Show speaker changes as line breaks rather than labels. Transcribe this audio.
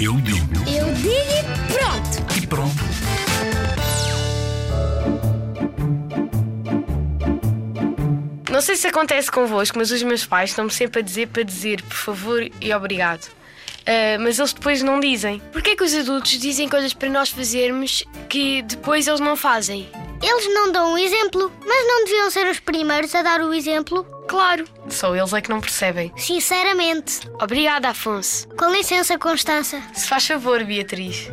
Eu digo
Eu digo e pronto!
e pronto.
Não sei se acontece convosco, mas os meus pais estão-me sempre a dizer para dizer por favor e obrigado. Ah, mas eles depois não dizem.
Porquê que os adultos dizem coisas para nós fazermos que depois eles não fazem?
Eles não dão o exemplo, mas não deviam ser os primeiros a dar o exemplo?
Claro.
Só eles é que não percebem.
Sinceramente.
Obrigada, Afonso.
Com licença, Constança.
Se faz favor, Beatriz.